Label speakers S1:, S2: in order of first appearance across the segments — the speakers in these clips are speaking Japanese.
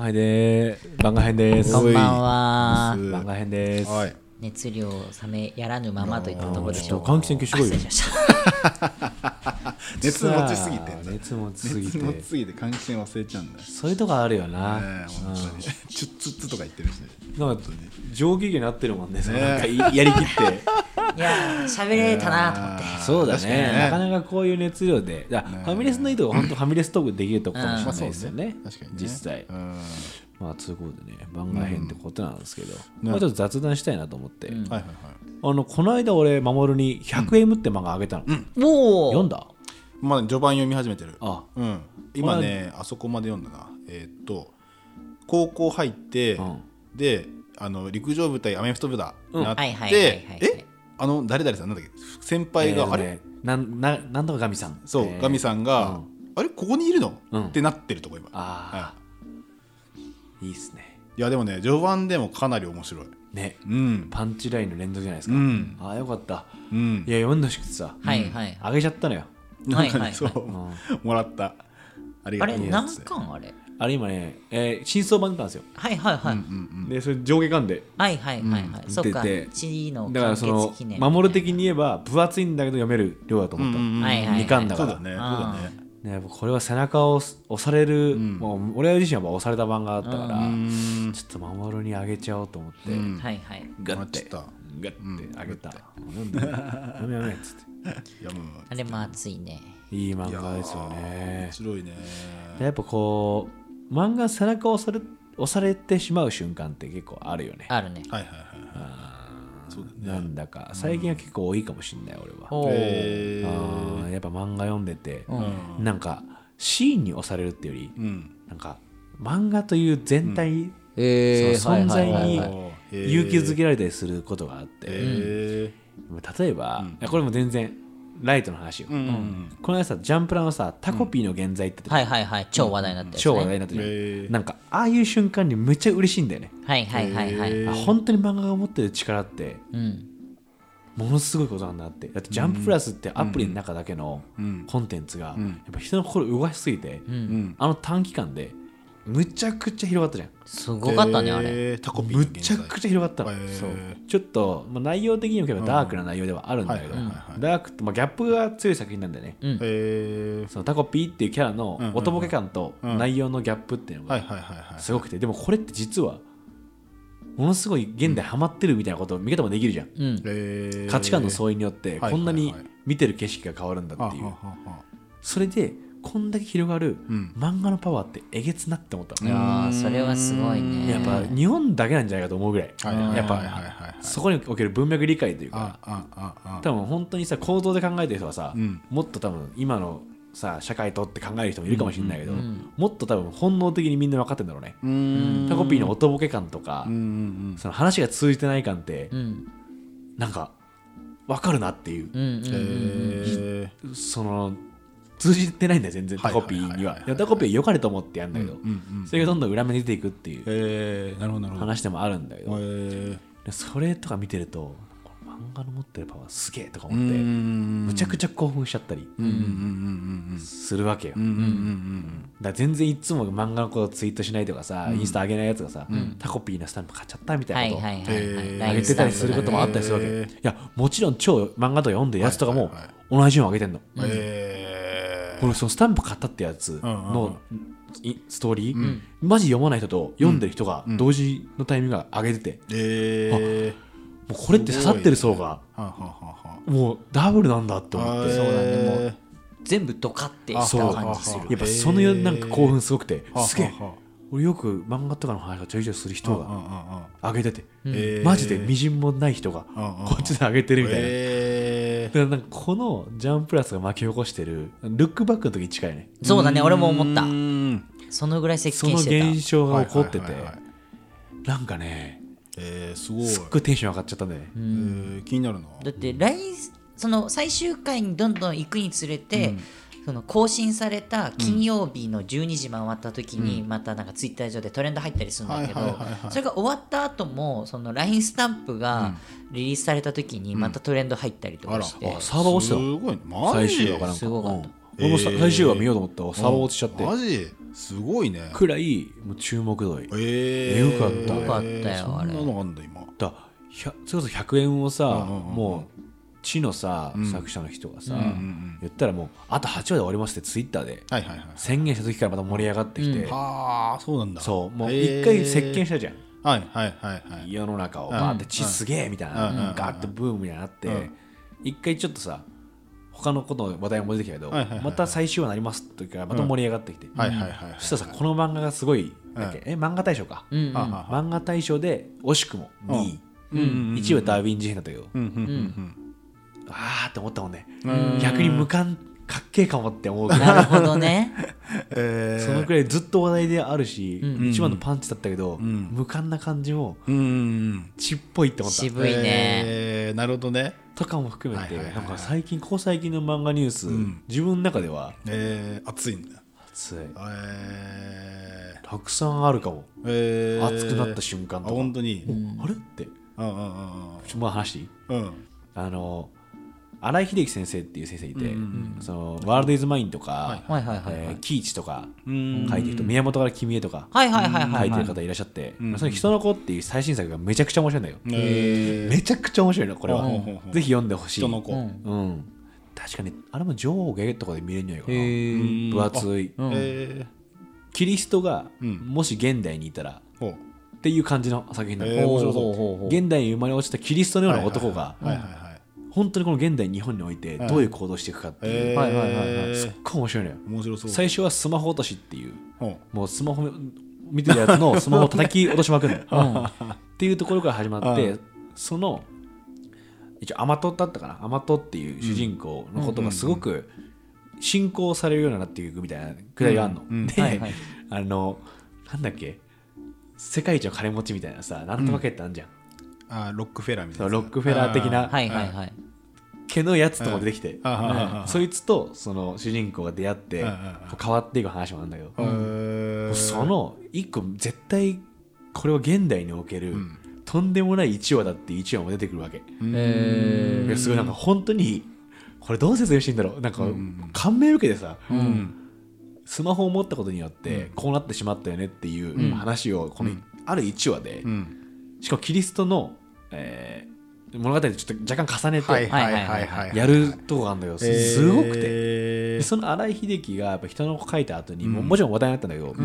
S1: 編で番外編です。
S2: こんばん
S1: 番
S2: は。
S1: 外編です。
S3: はい。
S2: 熱量冷めやらぬままといったとこ
S1: も
S2: ろ
S1: う
S2: で
S1: ち
S2: しょ
S1: ょっ
S2: う
S1: と
S2: か。
S1: 換気扇消してこいよ。
S3: 熱持ちすぎて
S1: さ
S3: ん
S1: あ
S3: だ。
S1: 熱持ちすぎ
S3: 熱持ち
S1: て。
S3: すぎて関心忘れちゃうんだ。ね
S1: そういうとこあるよな。
S3: え、本当に。チュッツッツとか言ってるしね。
S1: うんなんか上機嫌になってるもんね。その
S3: ね
S1: なんかい やりきっ て。
S2: いやー、喋れたなと思って。
S3: あー
S1: そうだ
S3: 確かに
S1: ね。なかなかこういう熱量で、だからファミレスのいいとこ本当ファミレストークできるとこかもし
S3: まあ
S1: れな
S3: そ
S1: いうで
S3: ですす
S1: よ
S3: よ
S1: ね
S3: ね。。確かにね。
S1: 実際
S3: う。ん。
S1: まあということでね、番外編ってことなんですけど、
S3: うん
S1: もうちょっと雑談したいなと思って。
S3: はいはいはい。
S1: あのこの間俺守に 100M って漫画あげたの。
S2: も
S1: 読ん
S2: う、
S1: だ？
S3: まだ序盤読み始めてる。
S1: あ
S3: うん。今ね、あそこまで読んだな。えーっと、高校入って
S1: うん、
S3: で、あの陸上部対アメフト部だ。
S1: うん
S3: なっ
S2: はい
S3: て
S2: はいはいはい、
S3: えあの誰々さんなんだっけ先輩
S1: えー
S3: が、
S1: と
S3: あれ
S1: ねなんななんとかガミさん
S3: そう、
S1: えー
S3: ガミさんが、あれここにいるの、
S1: うん
S3: ってなってるとこ今
S1: あ
S3: は
S1: ーいいっすね
S3: い、いやでもね序盤でもかなり面白い
S1: ね
S3: うん
S1: パンチラインの連続じゃないです
S3: う
S1: か、
S3: ん
S1: ああよかった
S3: うん
S1: いや読んだしくてさ、
S2: はいはい。
S1: あげちゃったのよ
S3: なん
S2: はい
S3: か
S2: は
S3: ね
S2: い
S3: そう、もらったあり
S2: あ
S3: がと
S2: れ、
S3: う
S2: 何巻あれ
S1: あれ今ね、えー、真相版出たんですよ
S2: はいはいはい。
S1: でそれ上下巻で
S2: はいはいはいはい。そっか、
S1: 出て
S2: 地の
S1: だから
S2: 完
S1: そ
S2: 結
S1: の
S2: 記念。
S1: 守る的に言えば分厚いんだけど読める量だと思ったの、
S3: うんうんうん
S2: はいはいはい
S1: 二巻だか
S3: そう
S1: ら
S3: だねそう
S2: あ
S3: だ
S2: ー
S3: ね
S1: ねやっぱこれは背中を押される、もう俺自身はやっぱ押された版があったから、
S3: うん
S1: ちょっと守るにあげちゃおうと思って、
S2: はいはい。
S1: ガッ
S3: ち
S1: て
S3: ょっと
S1: ガッてあげた、飲んでやめやめっつって
S3: いやもう
S2: あれも熱いね。
S1: いい漫画ですよね
S3: 面。白いね
S1: で やっぱこう漫画背中を押され押されてしまう瞬間って結構あるよね。
S2: あるね。
S3: はいはいはいはいそうだね
S1: なんだか最近は結構多いかもしれない俺は。
S2: おー
S3: えー
S1: あーやっぱ漫画読んでて、
S3: う
S1: なんかシーンに押されるっていうより、
S3: うん
S1: なんか漫画という全体、
S2: え
S1: その存在
S2: はいはい
S1: に
S2: はいはい
S3: おー
S1: 勇気づけられたりすることがあって、
S3: え
S1: 例えば、いやこれも全然ライトの話よ。
S3: ーうん
S1: この間さジャンプラのさタコピーの現在って、
S2: はいはいはい。超話題になってる、ね。
S1: 超話題になってるじゃん、
S3: へー
S1: なんかああいう瞬間にめっちゃ嬉しいんだよね、
S2: はいはいはいはい。
S1: あ本当に漫画が持ってる力って
S2: うん。
S1: ものすごいことなんだってだってジャンププラスってアプリの中だけの
S3: ん
S1: コンテンツがやっぱ人の心動かしすぎて、
S3: ん
S1: あの短期間でむちゃくちゃ広がったじゃん
S2: すごかったね、あれ。
S3: えータコピー
S1: むちゃくちゃ広がったの、
S3: へー
S1: そうちょっと、まあ、内容的にも言えばダークな内容ではあるんだけど、
S3: はいはいはいはい
S1: ダークって、まあ、ギャップが強い作品なんだよね、
S3: えー
S1: そのタコピーっていうキャラの
S3: んうんうん
S1: おぼけ感と内容のギャップっていうのが
S3: はいはいはいはい
S1: すごくてでもこれって実はものすごい現代ハマってるみたいなことを見方もできるじゃん、
S2: うん。
S3: えー
S1: 価値観の相違によって
S3: はいはい
S1: こ
S3: はい
S1: んなに見てる景色が変わるんだっていう、
S3: はははは
S1: それでこんだけ広がる
S3: うん
S1: 漫画のパワーってえげつなって思った
S2: い
S1: の、
S2: やーそれはすごいね。
S1: やっぱ日本だけなんじゃないかと思うぐらい、
S3: はいはいはい
S1: やっぱ、
S3: はいはいはい
S1: そこにおける文脈理解という
S3: あ
S1: か
S3: あああ
S1: 多分本当にさ構造で考えてる人はさ、
S3: うん
S1: もっと多分今のさ社会とって考える人もいるかもしれないけど、もっと多分本能的にみんな分かってんだろうね、
S3: うーん
S1: タコピーの音ボケ感とか、
S3: うんうん
S1: その話が通じてない感って、
S2: うん。
S1: なんか分かるなっていう
S2: う、んうん
S3: うんえー
S1: その通じてないんだよ全然
S3: は
S1: タ
S3: い
S1: コピーには
S3: はいはいはいはい
S1: でもタコピーは良かれと思ってやるんだけど、
S3: うん
S1: それがどんどん裏目に出ていくっていう
S3: えーなるほどなるほど
S1: 話でもあるんだけど、
S3: え
S1: でそれとか見てるとこの漫画の持ってるパワーすげえとか
S3: ーう
S1: 思って、
S3: ん
S1: むちゃくちゃ興奮しちゃったり
S3: うんうんうん
S1: するわけよ、
S3: うんうんうんうんうん
S1: だから全然いつも漫画のことをツイートしないとかさ、インスタ上げないやつがさ、タコピーのスタンプ買っちゃったみた
S2: はいい
S1: な
S2: はい
S1: こと
S2: はい
S3: えー
S2: はい。
S1: 上げてたりすることもあったりするわけ、
S3: え
S1: いやもちろん超漫画とか読んでるやつとかも
S3: はいはいはい
S1: 同じように上げてんの、
S3: うんえー
S1: 俺そのスタンプ買ったってやつのいストーリー、マジ読まない人と読んでる人が同時のタイミングが上げてて、
S3: えー
S1: もうこれって刺さってる層が
S3: ははは
S1: もうダブルなんだって
S3: は
S1: 思
S3: は
S1: って、
S2: そうだねもう
S3: えー
S2: 全部ドカって
S3: あ
S2: し
S1: そう
S2: た
S3: は
S2: 感じす
S3: は
S2: る。
S1: やっぱそのよなんか興奮すごくて、
S3: はは
S1: すげえ
S3: はは
S1: 俺よく漫画とかの話をちょいちょいする人
S3: うんう
S1: が
S3: んうん
S1: 上げてて、
S3: えー
S1: マジでみじんもない人が
S3: うんうん
S1: こっちで上げてるみたいな、
S3: え
S1: だからなんかこのジャンプラスが巻き起こしてるルックバックの時に近いね
S2: そうだね、俺も思っ
S3: ーう
S2: た。
S3: ーん
S2: そのぐらい接
S1: その
S2: 近してた。
S1: 現象が起こって
S3: はい
S1: て
S3: はいはいはい
S1: なんかね
S3: えーすごい
S1: すっごいテンション上がっちゃったんだよね、
S3: えー気になるな
S2: だって来その最終回にどんどん行くにつれて、その更新された金曜日の12時回った時にまたなんかツイッター上でトレンド入ったりするんだけど
S3: はいはいはいはい
S2: それが終わった後もその LINE スタンプがリリースされた時にまたトレンド入ったりとかして、
S3: あら
S1: あサーバー落ちた
S3: す
S1: の
S3: ごいねマ
S1: 最
S3: ジ
S1: 終話かなんか
S2: すごかった
S1: うん僕もさ
S3: へー
S1: 最終話見ようと思ったらサーバー落ちちゃって
S3: マジすごいね
S1: くらいもう注目度い
S3: え
S1: よかったよ
S2: かったよ
S3: そ
S2: あ
S3: ん
S2: れ
S3: なのあんだ今
S1: だひゃそれこそ100円をさ、
S3: うんうんうんうん
S1: もう地のさ、
S3: ん
S1: 作者の人がさ、
S3: うんうん
S1: 言ったらもうあと8話で終わりますってツイッターで
S3: はいはいはい
S1: 宣言した時からまた盛り上がってきて、
S3: はあそうなんだ
S1: そうもう
S3: へー
S1: 一回席巻したじゃん、
S3: はいはいはいはい
S1: 世の中をバーって
S3: うん
S1: 地すげえみたい
S3: うん
S1: な、
S3: うん
S1: ガーッとブームになって、
S3: うん
S1: 一回ちょっとさ他のことの話題も出てきたけど、
S3: はいはいはいはい
S1: また最終話になりますって時からまた盛り上がってきて、
S3: はいはいはい
S1: そしたらさこの漫画がすごいだっけ、え漫画大賞か、
S2: うんうん
S3: あはは
S1: 漫画大賞で惜しくも2位、
S3: うんうん
S1: 1位はダーウィン事変だったけど、
S3: うんうんうん
S1: あーって思ったもんね、
S3: うん
S1: 逆に無感かっけえかもって思うから
S2: なるほどね
S3: えー
S1: そのくらいずっと話題であるし、
S2: うん
S1: 一番のパンチだったけど、
S3: ん
S1: 無感な感じも
S3: うんうん
S1: 血っぽいって思った
S2: 渋いね、
S3: えーなるほどね
S1: とかも含めて、
S3: はいはいはいはい
S1: なんか最近ここ最近の漫画ニュース、
S3: ん
S1: 自分の中では
S3: えー熱いんだ
S1: 熱い
S3: え
S1: たくさんあるかも、
S3: ーえー
S1: 熱くなった瞬間
S3: あ
S1: とか
S3: 本当に
S1: おあれってちょ
S3: うんうんうん
S1: っとまあ話していい
S3: うんうん
S1: あの新井秀樹先生っていう先生いて、
S3: うん
S1: そのワールドイズマインとか、
S2: はいはいはいはい
S1: えー喜一とか
S3: うん
S1: 書いてる人、宮本から君へとか
S2: はいはいはい
S1: 書
S2: はい
S1: て
S2: いは
S1: る
S2: い
S1: 方いらっしゃって、
S3: うん
S1: その人の子っていう最新作がめちゃくちゃ面白いんだよ。
S3: えー
S1: めちゃくちゃ面白いの、これは
S3: ほうほうほ。う
S1: ぜひ読んでほしい。
S3: 人の子
S2: うん
S1: うん。確かに、あれも上下とかで見れるんじゃないかな。
S2: へえ
S1: 分厚い。
S2: うん
S3: え
S1: キリストが、
S3: うん
S1: もし現代にいたら、
S3: ーほう
S1: っていう感じの作品なの、
S3: えー面白
S2: ほうほうほうほう
S1: 現代に生まれ落ちたキリストのような男が、
S3: はいはいはい
S1: 本当にこの現代日本においてどういう行動していくかっていう、
S3: えー
S2: はいはいはいはい
S1: すっごい面白いのよ。
S3: 面白そう
S1: 最初はスマホ落としっていう、
S3: ほ
S1: もうスマホ見てるやつのスマホを叩き落としまくるの。 っていうところから始まって、その一応アマトだったかなアマトっていう主人公のことがすごく信仰されるようになっていくみたいなくらいがあるの。
S3: うんうん
S1: で、
S2: はいはい
S1: あのなんだっけ世界一の金持ちみたいなさなんとかけってあるじゃん、
S3: うあーロックフェラーみた
S1: そ
S3: いな
S1: のロックフェラー的な
S2: はいはいはい
S1: 毛のやつとかも出てきて、
S3: あーあーあー
S1: そいつとその主人公が出会って
S3: うんうんうん
S1: こう変わっていく話もあるんだけど、
S3: えー
S1: その一個絶対これは現代における、とんでもない1話だって1話も出てくるわけ、
S2: え
S1: いやすごいなんか本当にこれどう説明していいんだろうなんか感銘受けてさ、
S3: うん
S1: スマホを持ったことによってこうなってしまったよねっていう話をこのある1話で、
S3: うん
S1: しかもキリストの、えー物語とちょっと若干重ね
S3: はい
S1: て
S3: はいはいはい
S1: やるとこがあるんだけど、
S3: えー
S1: すごくて、でその新井秀樹がやっぱ人の子書いた後に、もうもちろん話題になったんだけど、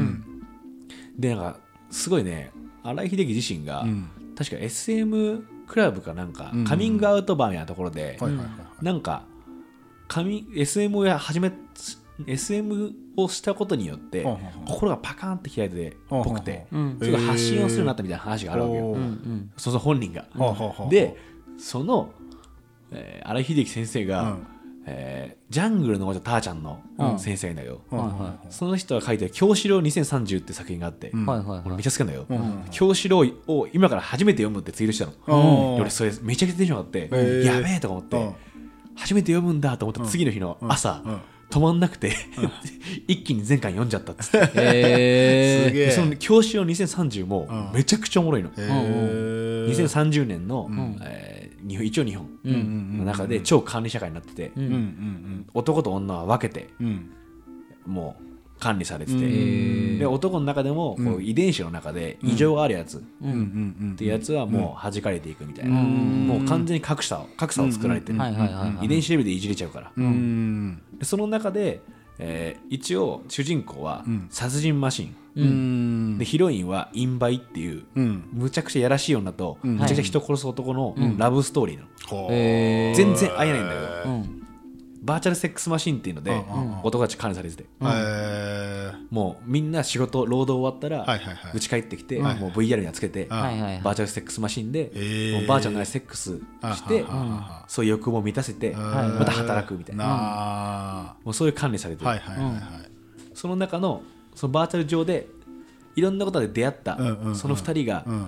S1: でなんかすごいね新井秀樹自身が、
S3: うん
S1: 確か SM クラブかなんか、
S3: うん
S1: カミングアウトバーみたいなところで、
S3: はいはいはい
S1: なんかカミ SM を始め SM をしたことによって、
S3: ほうほうほう
S1: 心がパカーンって開いて
S3: ほうほうほう
S1: 僕って、
S2: うん
S1: すごい発信をするようになったみたいな話があるわけよ、
S3: へー
S2: うんうん
S1: その本人が。
S3: ほうほうほう
S1: でその、えー、荒井秀樹先生が、
S3: うん
S1: えージャングルの王者ターちゃんの先生なんだけど、
S3: はいはい
S2: は
S1: その人が書いてる「京四郎2030」って作品があって、
S3: うん
S2: はいはい
S1: 俺
S2: は
S1: めっ
S2: い
S1: ちゃ好きなんだよ
S3: うんうんうん
S1: 「京四郎を今から初めて読む」ってツイートした
S3: うん
S1: の、俺それめちゃくちゃテンション上がって、
S3: ー
S1: やべえとか思って、
S3: うん
S1: 初めて読むんだと思った次の日の朝、
S3: うん
S1: 止まんなくて、 一気に全巻読んじゃったっつって。
S3: す
S2: え
S3: げえ
S1: その教師を2030も
S3: うん
S1: めちゃくちゃおもろいの、
S3: へー
S1: 2030年の、
S3: ん
S1: えー日本一応日本
S2: うんうん
S1: の中で超管理社会になってて、
S2: う
S3: うんうんん
S1: 男と女は分けて
S3: うんうん
S1: もう管理されてて、
S2: ー
S1: で男の中でもこう遺伝子の中で異常があるやつっ
S3: うんうんうん
S1: ていうやつはもう弾かれていくみたいな、
S2: ん
S1: もう完全に格差を格差を作られてる、
S2: はいはいはいはい
S1: 遺伝子レベルでいじれちゃうから、
S3: うん
S1: でその中で、えー一応主人公は
S3: ん
S1: 殺人マシン、
S3: うん
S1: でヒロインはインバイっていう、
S3: うん
S1: むちゃくちゃやらしい女と、むちゃくちゃ人殺す男のラブストーリーなの、
S3: ほう
S2: え
S1: 全然会えないんだけど
S2: うん
S1: バーチャルセックスマシンっていうので、
S3: うんうんうん
S1: 男たち管理されてて、
S3: えー
S1: もうみんな仕事労働終わったら、
S3: はいはいはい
S1: 家帰ってきて、
S3: はいはい
S1: もう VR にはつけて、
S3: あ
S2: はいはい
S1: バ
S2: は
S1: ーチャルセックスマシンで、
S3: えー
S1: もうバーチャルなセックスして、
S3: あはははは
S1: そういう欲望を満たせて、
S3: ー
S1: また働くみたいな
S3: なあ
S1: もうそういう管理されてる、
S3: はいはいはいはい
S1: その中のそのバーチャル上でいろんなことで出会った、
S3: うんうんうん
S1: その2人が
S3: うん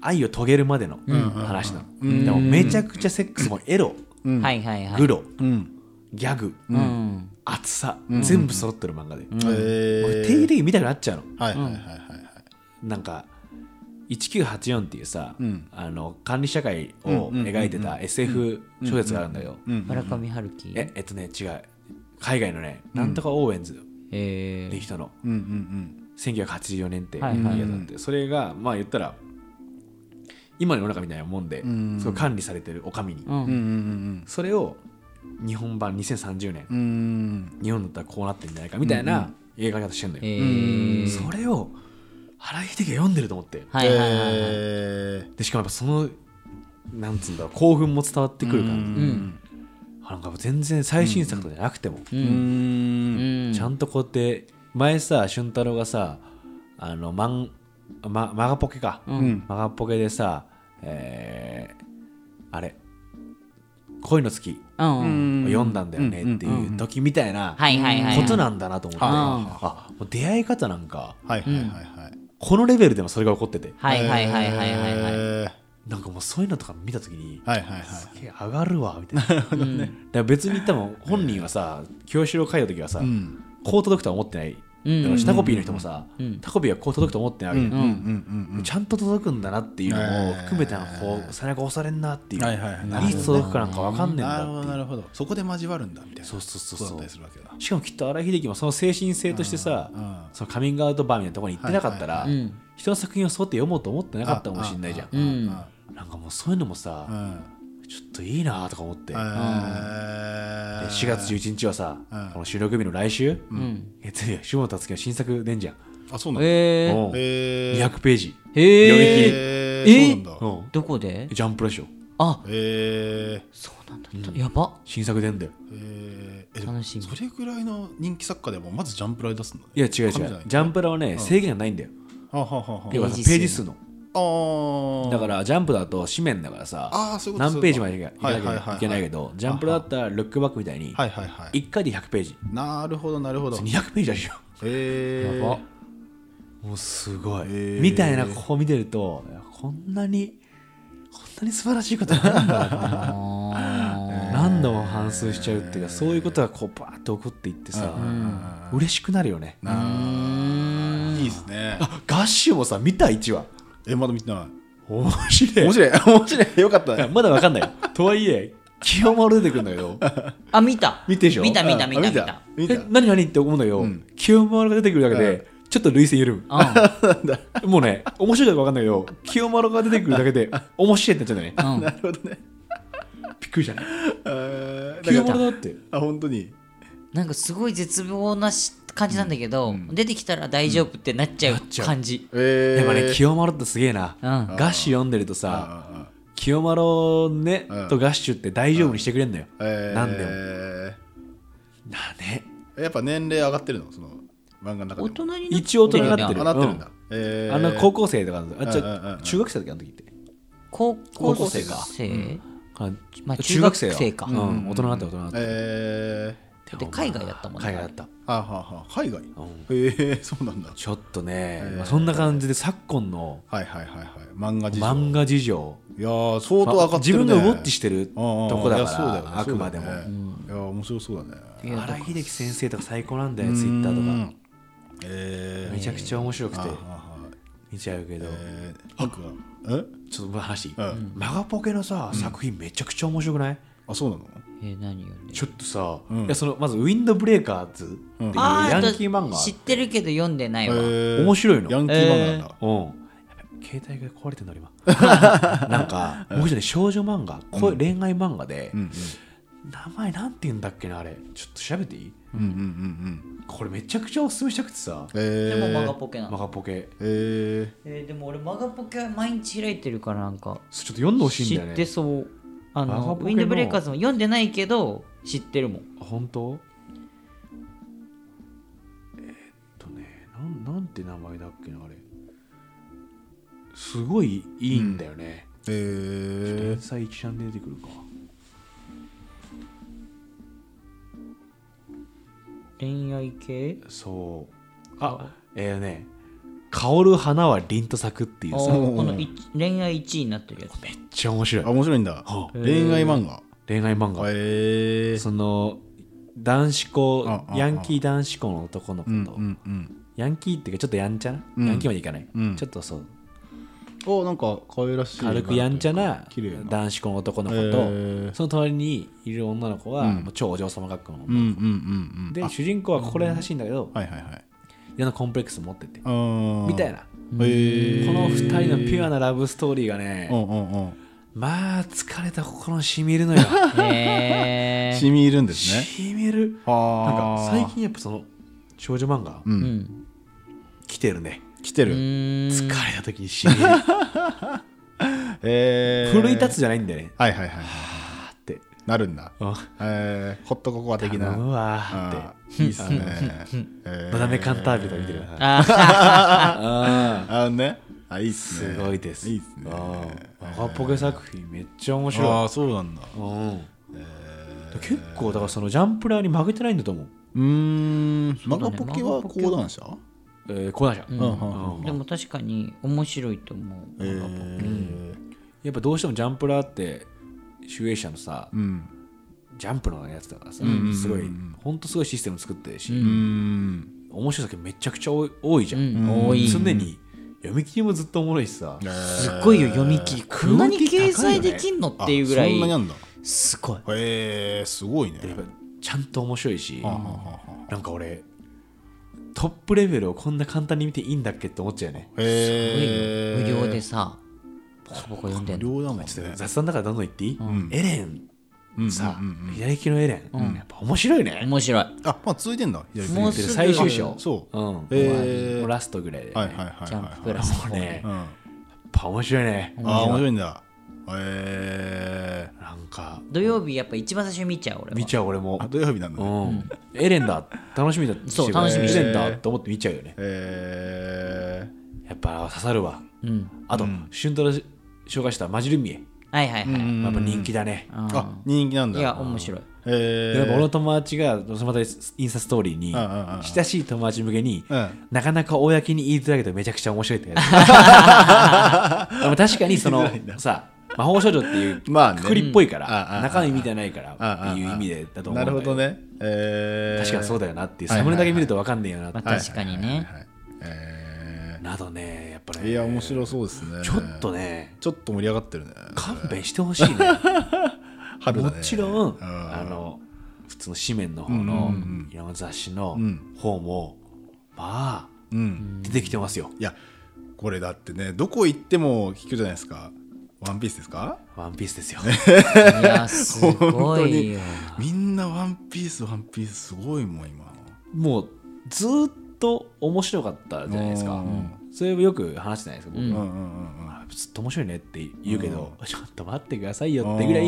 S1: 愛を遂げるまでの話なの、
S3: うん
S1: でもめちゃくちゃセックスもエロ、
S2: いはいはいはい
S1: グロ
S3: うん
S1: ギャグ、
S2: うん
S1: 厚さ、全部揃ってる漫画で、
S3: えー
S1: 俺定期的に見たくなっちゃうの
S3: はいはいはいはいはい
S1: なんか1984っていうさ、
S3: ん
S1: あの管理社会を描いてた SF 小説があるんだよ、
S2: 村上春樹
S1: ええっとね違う海外のねなんとかオーウェンズ
S4: え
S1: で
S4: ー、
S1: 人の
S3: うんうん
S1: 1984年って
S4: はいはい
S1: 家だってそれがまあ言ったら今の世の中みたいなもんで
S3: うん
S1: すごい管理されてるお上に
S4: うん
S3: うんうんうん
S1: それを日本版2030年
S3: うんうん
S1: 日本だったらこうなってんじゃないかみたいな映画化してんの
S4: え
S1: よ
S4: ー、
S1: それを原秀樹が読んでると思って
S4: はいはいはいはい、
S3: え
S1: でしかもやっぱそのなんつうんだろう興奮も伝わって
S3: ー
S1: くる
S3: う
S1: 感じ
S3: ん
S1: あなんか全然最新作とかじゃなくても
S4: う
S3: うんん
S1: ちゃんとこうやって前さ俊太郎がさあのマンママガポケか、
S3: ん
S1: マガポケでさえーあれ恋の月
S4: うんう
S3: うん
S1: を読んだんだよねっていう時みたいな
S4: はいはいはいはい
S1: ことなんだなと思って、
S3: うん
S1: あもう出会い方なんか
S3: はいはいはいはい
S1: このレベルでもそれが起こってて
S4: はいはいはいはいはいはい、
S3: え
S1: なんかもうそういうのとか見た時に
S3: ーはいはいはい
S1: すげえ上がるわみたいな だから別に多分本人はさ清志郎書いた時はさ、
S3: うん
S1: こう届くとは思ってない
S4: うん
S1: だからタコピーの人もさ、
S4: うん
S1: タコピーはこう届くと思ってないわけじゃん
S3: うんうん
S1: ちゃんと届くんだなっていうのも含めてなんかこ
S3: え
S1: う背中押されんなっていう、
S3: はいはいはい
S1: いつ届くかなんか分かんねえん
S3: な
S1: だ
S3: るほ
S1: って
S3: どな
S1: い
S3: る
S1: う
S3: ほどそこで交わるんだみたいな
S1: そうそうそう
S3: そ
S1: そうう
S3: だったりするわけだ
S1: しかもきっと荒井秀樹もその精神性としてさ
S3: うん
S1: そのカミングアウトバーみたいなところに行ってなかったら、
S3: はい
S4: うん
S1: 人の作品をそうやって読もうと思ってなかったかもしれないじゃん、
S4: うん
S1: なんかもうそういうのもさ、
S3: うん
S1: ちょっといいなとか思って、
S3: えー
S1: で4月11日はさ、
S3: うん
S1: この収録日の来週、
S4: うん
S1: 月曜日下田月の新作出んじゃん、
S3: あそうなんだ
S4: えー、
S1: うん
S3: えー
S1: 200ページ、
S4: へえ
S3: え
S4: え
S3: ー
S4: ー
S3: そうなん
S1: う
S3: だ
S1: ん
S4: どこで
S1: ジャンプラッシュ
S4: あ
S3: えー
S4: そうなんだ、やば
S1: 新作出んだよ
S3: えーえ
S4: 楽しみ
S3: それぐらいの人気作家でもまずジャンプライ出すんだね
S1: いや違う違う
S3: 紙
S1: ジ
S3: じゃない
S1: ャンプラはね、制限がないんだよ
S3: はははは
S1: 要はさ
S4: ページ数
S1: ページ数の
S3: ああ
S1: だからジャンプだと紙面だからさ
S3: あーそういうこと
S1: 何ページまでいけい
S3: そういうこ
S1: かな
S3: と
S1: きゃいけないけどジャンプラだったらルックバックみたいに
S3: はいはいはい
S1: 1回で100ページ
S3: なるほどなるほど
S1: 200ページだしよ
S3: えー
S4: やば
S1: もうすごい
S3: へー
S1: みたいなこう見てるといやこんなにこんなに素晴らしいことなんだ な
S4: あ
S1: 何度も反芻しちゃうっていうかそういうことがこうバーッと起こっていってさ嬉しくなるよね
S3: なーいいですね
S1: あガッシュもさ見た1話
S3: えまだ見てない
S1: 面白い
S3: 面白い面白いよかった
S1: いや
S3: ね
S1: まだわかんないよ。とはいえ、清盛出てくるんだけど、
S4: ーあ見た
S1: 見てでしょ
S4: 見た見た
S3: あ
S4: 見た見た
S3: 見た
S1: え、何何って思うんだけど、清盛が出てくるだけで、ちょっと類線緩む。もうね、面白いかわかんないけど、清盛が出てくるだけで、面白いってなっちゃう
S4: う
S1: んだよね。
S4: ん
S3: なるほどね
S1: びっくりしたね。
S3: あーだ
S1: 清
S3: から
S1: 盛だって。
S3: あ本当に
S4: なんかすごい絶望なし感じなんだけど、出てきたら大丈夫ってなっちゃう
S1: ちゃう
S4: 感じ、
S3: え
S1: や
S3: ー
S1: っぱね、清盛ってすげえな。
S4: うん
S1: ガッシュ読んでるとさ、
S3: あー
S1: 清盛ね
S3: うん、
S1: とガッシュって大丈夫にしてくれんのよ。
S3: えー
S1: 何でも。なあね。
S3: やっぱ年齢上がってるのその漫画の中でも
S4: 大人になって
S1: 一応大人になって
S3: あ
S1: る。
S3: なってるんだ
S1: う。
S3: えー
S1: あの高校生とかなんだよ、あ、じ
S3: うんうんう
S1: ゃ
S3: ん
S1: 中学生だっけあの時って。
S4: 高
S1: 高
S4: 校
S1: 校
S4: 生
S1: 生かあ
S4: まあ
S1: 中学生
S4: 中学生か
S1: か。うん、大人になった大人になった。
S3: えー
S4: で海外だったもんね
S1: 海外だった。
S3: はあはあはあ海外
S1: ん
S3: へえーそうなんだ
S1: ちょっとね、
S3: ー
S1: まあそんな感じで昨今の
S3: はいはいはいはい漫画事情
S1: 漫画事情、
S3: いやー相当上がって
S1: 自
S3: るね
S1: 分がウォッチしてると
S3: うんうんうん
S1: こだ
S3: いや
S1: か
S3: そうよね
S1: ら、あくまでも。
S3: そうだよねいやー面白そうだね
S4: いやだか
S1: 荒
S4: ら
S1: 井秀樹先生とか最高なんだよ、ツイッターとか。
S3: え
S1: めちゃくちゃ面白くて
S3: ーはあはあ
S1: 見ちゃうけど、
S3: えー僕はえ
S1: ちょっと話いい
S3: うん
S1: マガポケのさ、作品めちゃくちゃ面白くない
S3: あそうなの
S4: えー何よね
S1: ちょっとさ、
S3: ん
S1: いやそのまずウィンドブレーカーズっていうヤンキー漫画、
S4: 知ってるけど読んでないわ、
S3: えー
S1: 面白いの。
S3: ヤンキー漫画なんだ
S1: うん。やべ携帯が壊れてんの俺今 なんかもう一人少女漫画、こういう恋愛漫画で、
S3: うん
S1: 名前なんて言うんだっけなあれちょっと調べていい
S3: うんうんうんうん
S1: これめちゃくちゃおすすめしたくてさ
S3: えー
S4: でもマガポケな
S1: マ
S4: の、
S1: ガポケ
S3: えー
S4: えーでも俺マガポケは毎日開いてるからなんか
S1: そうちょっと読んでほしい
S4: 知
S1: んだよ
S4: っ
S1: ね
S4: てそうあ
S1: マガ
S4: の
S1: ポケ
S4: ウィ
S1: の
S4: ンドブレーカーズも読んでないけど知ってるもん
S1: 本当えーっとねなんなんて名前だっけなあれすごいいいんだよね、
S3: えー
S1: 連載一覧で出てくるか
S4: 恋愛系
S1: そうあえー、ね「香る花は凛と咲く」っていう
S4: あ
S1: さ
S4: ーこの一恋愛1位になってるや つ
S1: めっちゃ面白い
S3: あ面白いんだ
S1: はあ
S3: 恋愛漫画
S1: 恋愛漫画、
S3: えー
S1: その男子校
S3: ああ
S1: ヤンキー男子校の男の子
S3: う
S1: と、
S3: んうんうん
S1: ヤンキーっていうかちょっとやんちゃな、
S3: うん
S1: ヤンキーまでいかない、
S3: うん
S1: ちょっとそう
S3: おなんか可愛らしい
S1: 軽くやんちゃな
S3: 綺麗な
S1: 男子校の男の子
S3: へ
S1: と
S3: ー
S1: その隣にいる女の子はもう超お嬢様学校の
S3: うん
S1: 女
S3: うん
S1: の
S3: うんうん
S1: 子で
S3: あ
S1: 主人公は心優しいんだけど
S3: はいはいはい
S1: いろんなコンプレックス持ってて
S3: あー
S1: みたいな
S3: へー
S1: この2人のピュアなラブストーリーが
S3: う
S1: ね
S3: んうんうん
S1: まあ疲れた心にしみるの よ
S4: へー
S3: 染みいるんですね
S1: しみるなん
S3: あ
S1: か
S3: ー
S1: 最近やっぱその少女漫画
S3: う
S4: うんん
S1: 来てるね
S3: 来て
S4: う
S3: る
S4: ーん
S1: 疲れた時にしみる
S3: えー
S1: 奮い立つじゃないんだよね
S3: はいはいはい
S1: あーって
S3: なるんだ
S1: あ
S3: えーホットココア的
S1: 頼む
S3: な
S1: わーっ
S3: あ
S1: て
S3: ーいいっすねえー
S1: のだめカンタービレとか見てるな
S3: あーねあいいっすね
S1: すごいです
S3: いいっすね
S1: うん赤っぽけ作品めっちゃ面
S3: あ
S1: 白
S3: あそうなんだ
S1: い、うん結構だからそのジャンプラーに負けてないんだと思う、
S3: うーん
S4: うだ
S3: マ
S4: ね
S3: ガポケは講談社
S1: えー、講談社、
S3: うんう
S1: うん
S3: ん
S4: でも確かに面白いと思う、
S3: えー
S1: やっぱどうしてもジャンプラーって集英社のさ
S3: うん
S1: ジャンプのやつだからさ、
S3: んうんうん
S1: すごいほんとすごいシステム作ってるし、
S3: うーん
S1: 面白い作品めちゃくちゃ多い多いじゃん、
S4: うん多い
S1: 常に読み切りもずっとおもろいしさ、
S3: えー
S4: すっごいよ読み切りこんなに
S1: クオリティ高い
S4: 掲
S1: よね
S4: 載できんのっていうぐら
S3: あそん
S4: い
S3: なにあんだ
S4: すごい
S3: へえすごいね
S1: やっぱちゃんと面白いし、
S3: はあはあはあはあ
S1: なんか俺トップレベルをこんな簡単に見ていいんだっけって思っちゃうよね
S3: へえ
S4: 無料でさボコボコ読んでん
S3: 無
S4: の
S3: 料だもんね
S1: 雑談だからどんどん言っていい、エレン
S3: うん
S1: さ、
S3: うんうん
S1: 左利きのエレン、やっぱ面白いね。
S4: 面白い
S3: あまあ続いてんだ左手
S4: もう
S1: です
S4: ぐ
S1: 最終章。
S3: そう
S1: うん。
S3: へー
S1: もうラストぐらいで、ね。
S3: はい
S1: や
S3: はい
S1: っ
S3: はいはい
S4: ジャンププラ
S3: ス
S4: ス
S1: もうね
S3: うんあ
S1: ぱ面白いね。
S3: あー面白いんだへえ
S1: なんか、
S4: 土曜日やっぱ一番最初に見ちゃう俺は
S1: 見ちゃう俺も
S3: あ。土曜日なんだ
S1: う
S3: ね
S1: ん。エレンだ。楽しみだって。
S4: そう楽しみ
S1: エレンだと思って見ちゃうよね。
S3: へ
S1: やっぱ刺さるわ。
S4: うん
S1: あと、シュントラ紹介したマジルミエ。
S4: はいはいはい、
S1: やっぱ人気だね。
S4: あ
S3: ーあ人気なん
S4: ー
S3: だ
S4: いや面白い
S3: へ
S1: でやっぱ
S3: え
S1: 俺の友達が、そのまたインスタストーリーに
S3: うんうんうんうん、
S1: 親しい友達向けに
S3: うん、
S1: なかなか公に言いづらいけど、めちゃくちゃ面白いってや つでも確かに、その、さ、魔法少女っていう
S3: まあね
S1: くくりっぽいか
S3: うんああ
S1: ら、
S3: あ
S1: 中身見てないから
S3: あ
S1: っていう意味でだと思う
S3: な
S1: だ
S3: んる
S1: け
S3: ほどねえ
S1: 確かにそうだよなっていう、サ
S3: はいはい
S1: ム
S3: はい
S1: ネだけ見ると分かんねえよなって
S4: まあ確かにね、
S3: え
S1: などね、やっぱ
S3: ー
S1: ね、
S3: いや面白そうですね
S1: ちょっとね、
S3: ちょっと盛り上がってるね
S1: 勘弁してほしいね。
S3: 春だ
S1: も
S3: ね
S1: ちろん、
S3: うん
S1: あの、普通の紙面の方のいろんな雑誌の方も、まあ、
S3: うん
S1: 出てきてますよ。
S3: いやこれだってねどこ行っても聞くじゃないですか「ワンピースですか
S1: ワンピース ですよ。
S4: いやすごいよ
S3: みんな「ワンピースワンピースすごいもん今
S1: もうずーっと面白かったじゃないですか、
S3: うん
S1: それをよく話してないですか僕、
S3: うん
S1: あ
S3: うんうんうん
S1: ずっと面白いねって言うけど、ちょっと待ってくださいよってぐらい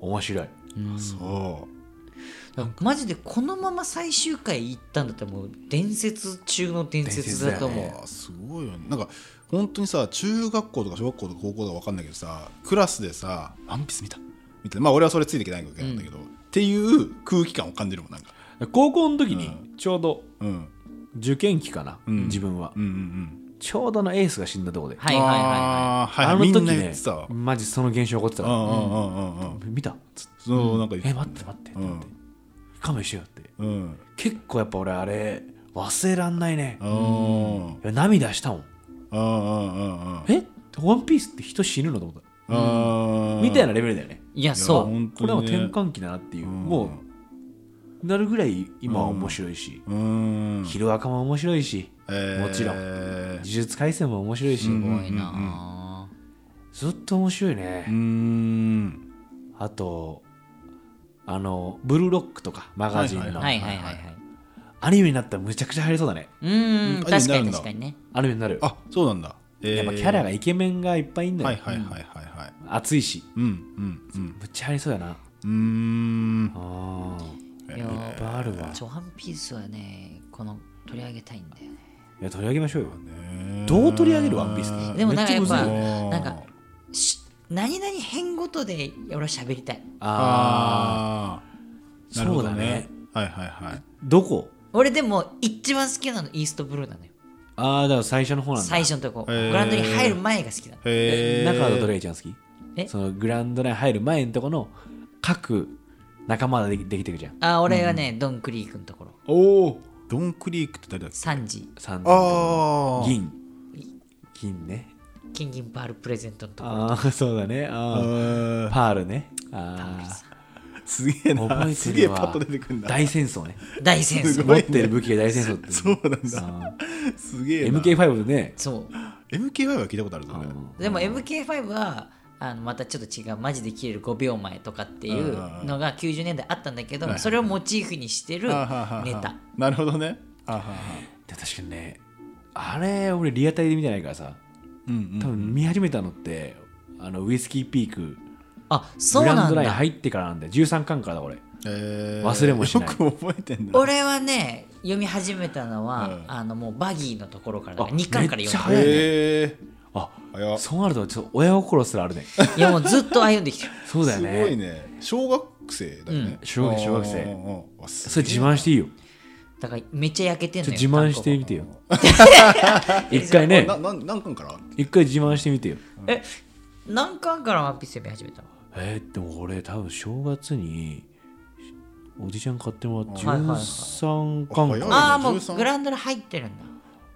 S1: 面白い
S3: うんそう
S4: マジでこのまま最終回行ったんだったらもう伝説中の伝説だと思う、
S1: 伝
S3: あすごいよねなんか本当にさ中学校とか小学校とか高校とか分かんないけどさクラスでさ「ワンピース見た」みたいなまあ俺はそれついていけないわけなんだけど、っていう空気感を感じるもんなんか
S1: 高校の時にちょうど
S3: うん
S1: 受験期かな、
S3: ん
S1: 自分は、
S3: うんうん
S1: ちょうどのエースが死んだとこで、
S4: は
S3: う
S4: い
S3: ん
S4: はいはいは
S3: あーはい
S1: あ
S3: はい
S1: の
S3: みん
S1: 時
S3: な言
S1: ね
S3: ってたわうん
S1: マジその現象起こってた
S3: う
S1: から、
S3: んうんうんうん
S1: 見たつって
S3: そうなんか
S1: え
S3: 言って
S1: 待って待って、
S3: うん
S1: って勘弁してよって
S3: うん
S1: 結構やっぱ俺あれ忘れらんないね、
S3: う
S1: い
S3: ん
S1: や涙したもん
S3: うんうんうんうん
S1: えワンピースって人死ぬのと思った
S3: うん
S1: みたいなレベルだよね。
S4: いいやそう
S3: 本
S1: これ
S3: 当
S1: はも
S3: に
S1: う
S3: ね
S1: 転換期だなっていう、
S3: うん
S1: もうなるぐらい今は面白いし、
S3: うん
S1: ヒルアカも面白いし、もちろん
S3: え
S1: 呪
S3: ー
S1: 術廻戦も面白いし、
S4: すごいな
S1: ずっと面白いうね。
S3: ん
S1: あと、あの、ブルーロックとかマガジンの、
S3: はい
S4: ぁはいはいはいはい
S1: アニメになったらむちゃくちゃ流行りそうだね。
S4: うーん
S3: うん
S4: 確か
S3: あになるん
S4: に
S3: だ
S4: 確かにね
S1: アニメになる。
S3: あそうなんだ
S1: や
S3: や
S1: っぱキャラがイケメンがいっぱいいんだよ。
S3: はいはいはいはいはい
S1: 熱いし、
S3: うんうん
S1: むっちゃ流行りそうだな。
S3: うんうーん
S1: あ
S4: いや
S1: ーいっぱいあるわ。
S4: ちょワンピースはねこの取り上げたいんだよね
S1: いや取り上げましょうよ。どう取り上げるワンピースって
S4: でもなんかやっ
S1: めちゃむ
S4: ぱ
S1: ずいよね
S4: なんかし何々編ごとで俺は喋りたい
S1: あ
S3: あ
S1: ー
S3: ーなる
S1: そ
S3: ほ
S1: う
S3: ど
S1: だね。
S3: はいはいはい
S1: どこ
S4: 俺でも一番好きなのイーストブルーなのよ
S1: ああ、だから最初の方なんだ。
S4: 最初のとこグ
S3: へー
S4: ラウンドに入る前が好きなの
S3: へえ
S1: 中はどれが一番好き
S4: え
S1: そのグラウンドに入る前のとこの各仲間ができできてるじゃん。
S4: あー俺はね、ドン・クリークのところ
S3: おおドンクリークって誰だっけ
S4: 3時
S1: 三人と
S3: あー
S1: 銀。銀ね。
S2: 金銀パールプレゼントのところ
S1: ああそうだね
S3: あ
S1: あー
S3: ー
S1: パールねあ
S3: すげえ
S1: あ覚えてる
S3: な
S1: わ
S3: すげえパッと出てくるんだ
S1: 大戦争ね
S2: 大戦
S3: す
S2: 争
S3: ご
S1: 持
S3: い
S1: っ
S3: ね
S1: てる武器が大戦争って
S3: そうなんだ
S1: あ
S3: すげえ
S1: ー
S3: な
S1: MK5 でね
S2: そ
S3: MK5 は聞いたことあるぞ俺
S2: うでも MK5 はあのまたちょっと違うマジで切れる5秒前とかっていうのが90年代あったんだけどそれをモチーフにしてる
S3: あははは
S2: ネタ
S3: なるほどねあはは
S1: で確かにねあれ俺リアタイで見てないからさ
S3: うんうん
S1: 多分見始めたのってあのウイスキーピーク
S2: あそ
S1: グ
S2: う
S1: ラン
S2: な
S1: ド
S2: ん
S1: ライン
S2: だ
S1: 入ってからなんで13巻からだ俺
S3: えー
S1: 忘れもしない
S3: よく覚えてんだ
S2: 俺はね読み始めたのは、
S3: うん
S2: あのもうバギーのところからだ
S1: あ
S2: 2巻から読ん
S1: めっちゃ
S2: だ
S1: 早いね
S3: え
S1: あ
S3: ー早っ
S1: そうなるとちょっと親心すらあるね
S2: いやもうずっと歩んできてる
S1: そうだよ
S3: すごい
S1: ね
S3: ね小学生だよね、
S1: うん小学生小学生
S3: うんうんうん
S1: それ自慢していいよ
S2: だからめっちゃ焼けてん
S1: ち
S2: の
S1: ょ
S2: よ
S1: 自慢してみてよ 一回
S3: え
S1: ね
S3: なな何巻から
S1: 一回自慢してみてよ
S2: 単行本え何巻からワンピース読み始めたの
S1: えー、でも俺多分正月におじちゃん買ってもらって
S2: はいはいはい
S1: 13巻
S3: あ早い
S1: か
S3: ね
S2: ああもう
S3: 13
S2: グラウンドに入ってるんだ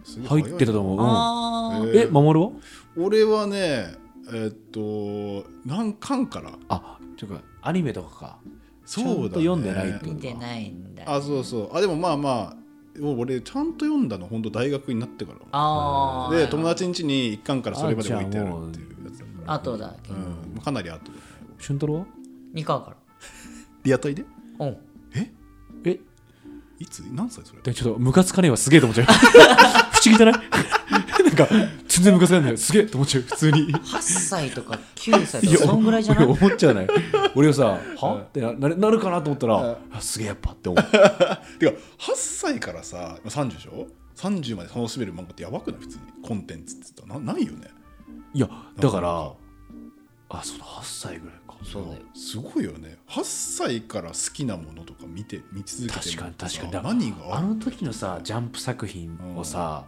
S3: すげえ早
S1: 入
S3: い
S1: ってたと思う、
S2: あ
S1: うん、
S3: え
S1: え
S3: ー
S1: 守るは
S3: 俺はねえーっと何巻から
S1: あていうかアニメとかか
S3: そうだね
S1: ちゃんと読んでないって
S2: あ
S1: こ
S2: 見
S1: と
S2: て
S1: か
S2: ないんだ
S3: あそうそうあでもまあまあもう俺ちゃんと読んだの本当大学になってから
S2: ああ
S3: で友達ん家に一巻からそれまで置いてあるっていうやつだから
S2: あとだけ、
S3: うん、かなり後だね
S1: 俊太郎は
S2: 2巻か
S3: リアタイで
S2: らうん
S3: え
S1: え
S3: いつ何歳それ
S1: でちょっとムカつかねえわすげえと思っちゃう 不思議じゃない なんか全然ムカつかないすげえと思っちゃう普通に
S2: 8歳とか9歳とか そんぐらいじゃない
S1: や思っちゃうね 俺がさ「は?」ってななるなるかなと思ったら「あすげえやっぱ」って思う
S3: てか8歳からさ30でしょ30まで楽しめる漫画ってやばくない普通にコンテンツって言ったらなないよね
S1: いやだからあその8歳ぐらいか
S2: そうだよ
S3: すごいよね8歳から好きなものとか見て見続けて
S1: 確かに確かに
S3: さ
S1: だから
S3: 何が
S1: あの時のさジャンプ作品をさ、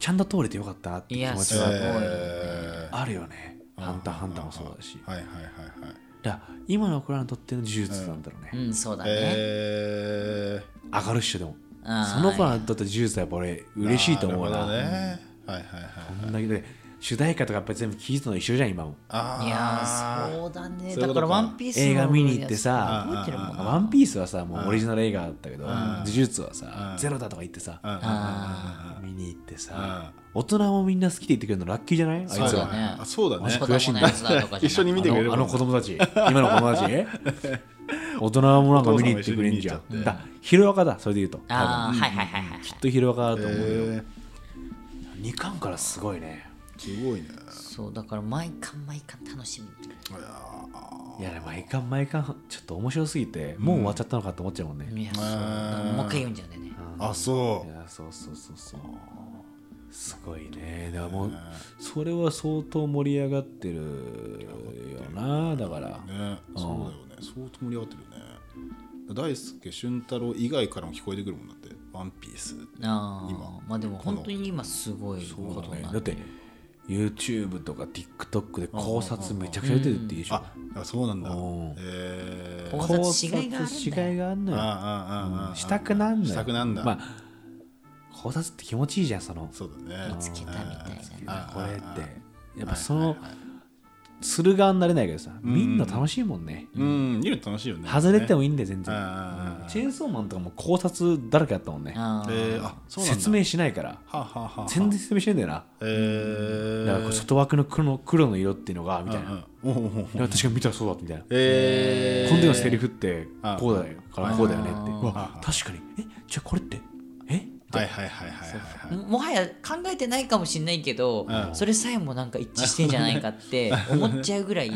S1: ちゃんと通れてよかったなって気持ち
S2: いや
S1: は
S2: すごい
S3: えー
S1: あるよね「ハンターハンター」もそうだし
S3: はいはいはいはい
S1: だから今の僕らにとっての呪術なんだろうね、
S2: うんそうだね、
S3: え
S1: 上がるっしょでも
S2: あ
S1: そ
S2: ー
S1: の子にとって呪術はやっぱ俺
S3: ー
S1: 嬉しいと思うな
S3: るほどねはいはいはい
S1: こんだけで主題歌とかやっぱり全部聴いてたの一緒じゃん今も
S3: あー
S2: いやーそうだね
S3: そういう
S2: だ
S3: ことか
S2: からワンピースの
S1: 映画見に行ってさ
S2: 覚えてるもん
S1: 「ワンピースはさもうオリジナル映画だったけど呪術はさ
S3: うん
S1: ゼロだとか言ってさ
S3: うんうんうん
S2: あ
S1: 見に行ってさ大人もみんな好きで言ってくれるのラッキーじゃないあいつ
S3: うん
S2: そう
S1: ら
S2: だね
S3: あそうだね
S2: 子供のやつだとかじゃな
S3: 一緒に見てくれる
S1: あのあの子供たち、今の子供たち、大人もなんか見に行ってくれんじゃ
S3: お父さ
S1: ん。
S3: んも一緒に見に行っちゃって
S1: だ、ヒロアカだ、それで言うと。
S2: ああはいはいはいはい
S1: きっとヒロアカだと思うよ。
S3: えー
S1: 二巻からすごいね。
S3: すごいね
S2: そうだから毎巻毎巻楽しみ
S1: いや、でも毎巻毎巻、ちょっと面白すぎて、もう終わっちゃったのかと思っちゃうもんね。
S2: いやそうだからもう一回読んじゃうんだよね
S3: あそ
S1: いうや、そうそうそうそう。すごいね。だからもう、それは相当盛り上がってるよな、だから。
S3: ねそうだよね相当盛り上がってるよね大輔俊太郎以外からも聞こえてくるもんだって「ワンピース
S2: あ
S3: 今
S2: あまあでも本当に今すごい
S1: そう
S2: こ
S1: だ
S2: とに
S1: ね
S2: な
S1: だっ
S2: る
S1: て YouTube とか TikTok で考察めちゃくちゃ出てるっていいでしょ
S3: ああそうなんだ
S1: うん
S3: えー
S2: 考察しがいがあるんだよ
S1: しがいがあんの
S3: ああ
S1: よ
S3: ああああ
S1: したくなんのよ
S3: したくなんだ
S1: まあ考察って気持ちいいじゃんその
S3: そうだね
S2: 見つけたみたいな
S1: あこれってやっぱそのする側になれないけどさみんな楽しいもんね
S3: うん見ると楽しいよね
S1: 外れても
S3: い
S1: いいんだよ全然
S3: ああ
S1: うんチェーンソーマンとかも考察だらけだったもんね
S2: あー
S3: えーあそうなんだ
S1: 説明しないから
S3: はあはあはあ
S1: 全然説明しないんだよな
S3: え
S1: だか
S3: ー
S1: らこう外枠の黒の黒の色っていうのがみたいなだか
S3: うんうんおうおうおう
S1: ら確かに見たらそうだったみたいな
S3: えー
S1: 今度のセリフって
S3: あ
S1: こうだよからこうだよねってうわ
S3: あ
S1: 確かにえじゃあこれってえ
S3: はいはいはいはいはいはい
S2: ももはや考えてないかもしれないけど
S3: うん
S2: それさえもなんか一致してんじゃないか って思っちゃうぐらい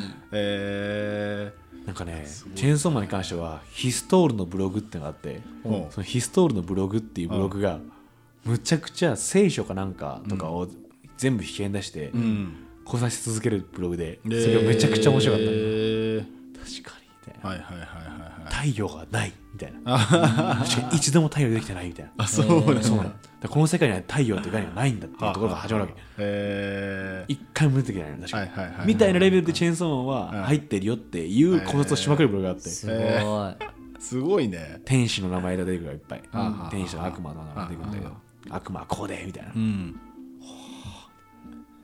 S3: え
S1: なんかねチェーンソーマンに関してはヒストールのブログってのがあって
S3: うん
S1: そのヒストールのブログっていうブログがむちゃくちゃ聖書かなんかとかを全部引き合いに出して
S3: ーうん
S1: 交差し続けるブログでそ
S3: で
S1: れがめちゃくちゃ面白かっ
S3: え
S1: た
S3: ー
S1: 確かにみたいな
S3: はいはいはいはいはい
S1: 太陽がないみたいな確かに一度も太陽出てきてないみたいな
S3: あそうなんだ
S1: そうなのだからこの世界には太陽っていう概念がないんだっていうところから始まるわけ
S3: えー
S1: 一回も出てきてないの確かに、
S3: はいはいはいはい
S1: みたいなレベルでチェーンソーマンは入ってるよっていう考察をしまくるブログがあって、
S2: すごい
S3: すごいね
S1: 天使の名前が出てくるがいっぱい、
S3: あ
S1: 天使と悪魔の名前が出てくるんだけど、悪魔はこうでみたいな、
S3: うん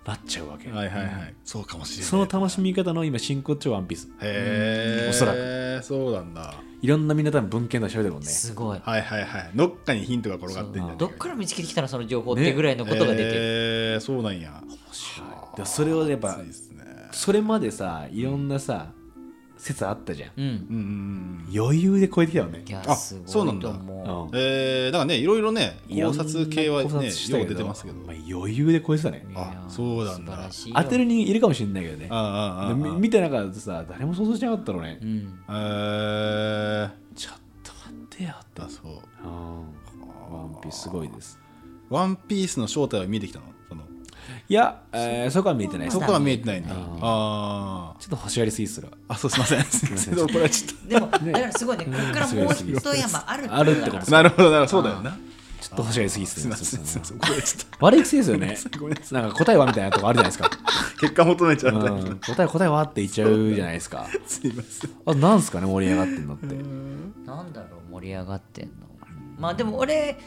S1: なっちゃうわけ、
S3: はいはいはい。そうかもしれない。
S1: その楽しみ方の今進行中ワンピース
S3: へえ、
S1: おそら
S3: く。そうなんだ。
S1: いろんなみんな多分文献とか調べてるもんね
S4: すごい
S3: はいはいはい。どっかにヒントが転がってんじゃない
S4: どっから見つけてきたのその情報ってぐらいの
S3: の
S4: ことが出てる、
S3: る。そうなんや。
S1: だからそれをやっぱ
S3: いいですね。
S1: それまでさいろんなさ説あったじゃん
S4: うん
S3: うんうん
S1: 余裕で超えてきたよね
S4: いや
S3: あ
S4: すごい
S3: そうなんだ
S4: と思
S1: う
S4: うん
S3: うん。えー、だからね、いろいろね、
S1: いろ
S3: 考
S1: んな
S3: 察系はね、
S1: 考察した
S3: よ
S1: け
S3: う
S1: ど
S3: 出てますけど。
S1: まあ、余裕で超えてたね
S4: い
S3: あ
S4: や
S3: そうなんだ
S4: 素晴らしいよ
S1: 当てる人いるかもしれないけどね
S3: ああああ
S1: で
S3: ああ
S1: み見てなかったさ誰も想像してなかったろうね、
S4: うん
S3: えー、
S1: ちょっと待ってよって
S3: だそう。
S1: うんワンピースすごいです
S3: ワンピースの正体は見えてきたのその
S1: いや、えーそこは見えてないです
S3: そ
S1: ちょ
S3: こは見えてないんだ。
S1: うん
S3: あ
S1: っと欲しがりすぎっすら
S3: あ。あ、そうすいません。すいません。これはちょっ
S4: でもだからすごいねここからもう一山ある
S1: あるってこと
S4: だ
S1: で
S3: と。
S1: す
S3: なるほど、なるほど。そうだよな。
S1: ちょっと欲しがりすぎっす
S3: すい
S1: ね
S3: ません。すいません。これちょっ
S1: 悪い癖ですよね
S3: ごめんな
S1: なんか答えはみたいなとこあるじゃないですか、
S3: と結果求めちゃうタイ
S1: うん、答え答えはって言っちゃうじゃないですか
S3: プ。すいません。
S1: あなんすかね盛り上がってんのって
S4: なんだろう盛り上がってんのまあでも俺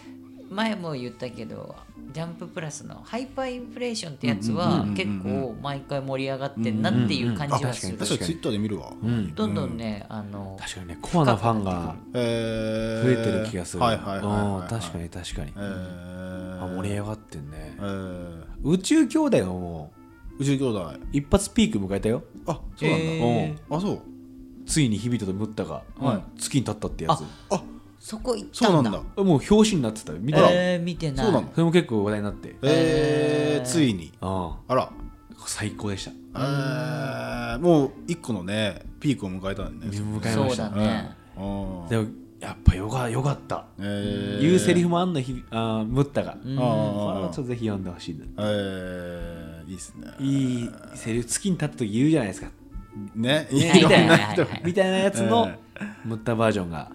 S4: 前も言ったけどジャンププラスのハイパーインフレーションってやつは
S3: うんうんうん
S4: 結構毎回盛り上がってんなっていう感じはする、
S1: うんうんうんあ確かに確か
S3: 確かにツイッターで見るわ。
S1: うん
S4: どんどんねあの
S1: 確かにねコアなファンが
S3: 増え
S1: 増えてる気がする、
S3: はいはいはいはいは
S1: う
S3: い。
S1: ん確かに確かに、
S3: えー。
S1: あ盛り上がってんね、
S3: えー。
S1: 宇宙兄弟はも
S3: 宇宙兄弟。
S1: う一発ピーク迎えたよ
S3: あ、そうなんだ。
S1: え
S3: あ、そう。
S1: ついに響とムッタが
S3: は
S1: 月に立ったってやつ、
S3: あ、
S4: そこ行っ
S3: そう
S4: た
S3: なんん
S4: だ
S3: だ。
S1: もう表紙になってたよ見た、
S4: えー、見てない
S3: そうなの
S1: それも結構話題になって、
S3: えー、ついに。
S1: あ
S3: あら。
S1: あ最高でした
S3: えー、もう一個のね、ピークを迎えたんだよね。
S1: 迎えま
S4: そう
S1: した
S4: だね、
S3: うん
S1: でもやっぱよかよかった、
S3: えー
S1: 言うセリフもあんのひあームッタが、
S4: うん
S3: あ
S1: これは
S3: あ
S1: ちょっとぜひ読んでほしいな
S3: えー、いいっすね。
S1: いいセリフ月に立った時言うじゃないですか
S3: ね、い
S4: ね
S3: ろん
S4: はいはい
S3: な
S4: はい
S3: 人。
S1: みたいなやつの
S3: え
S1: ムッタバージョンが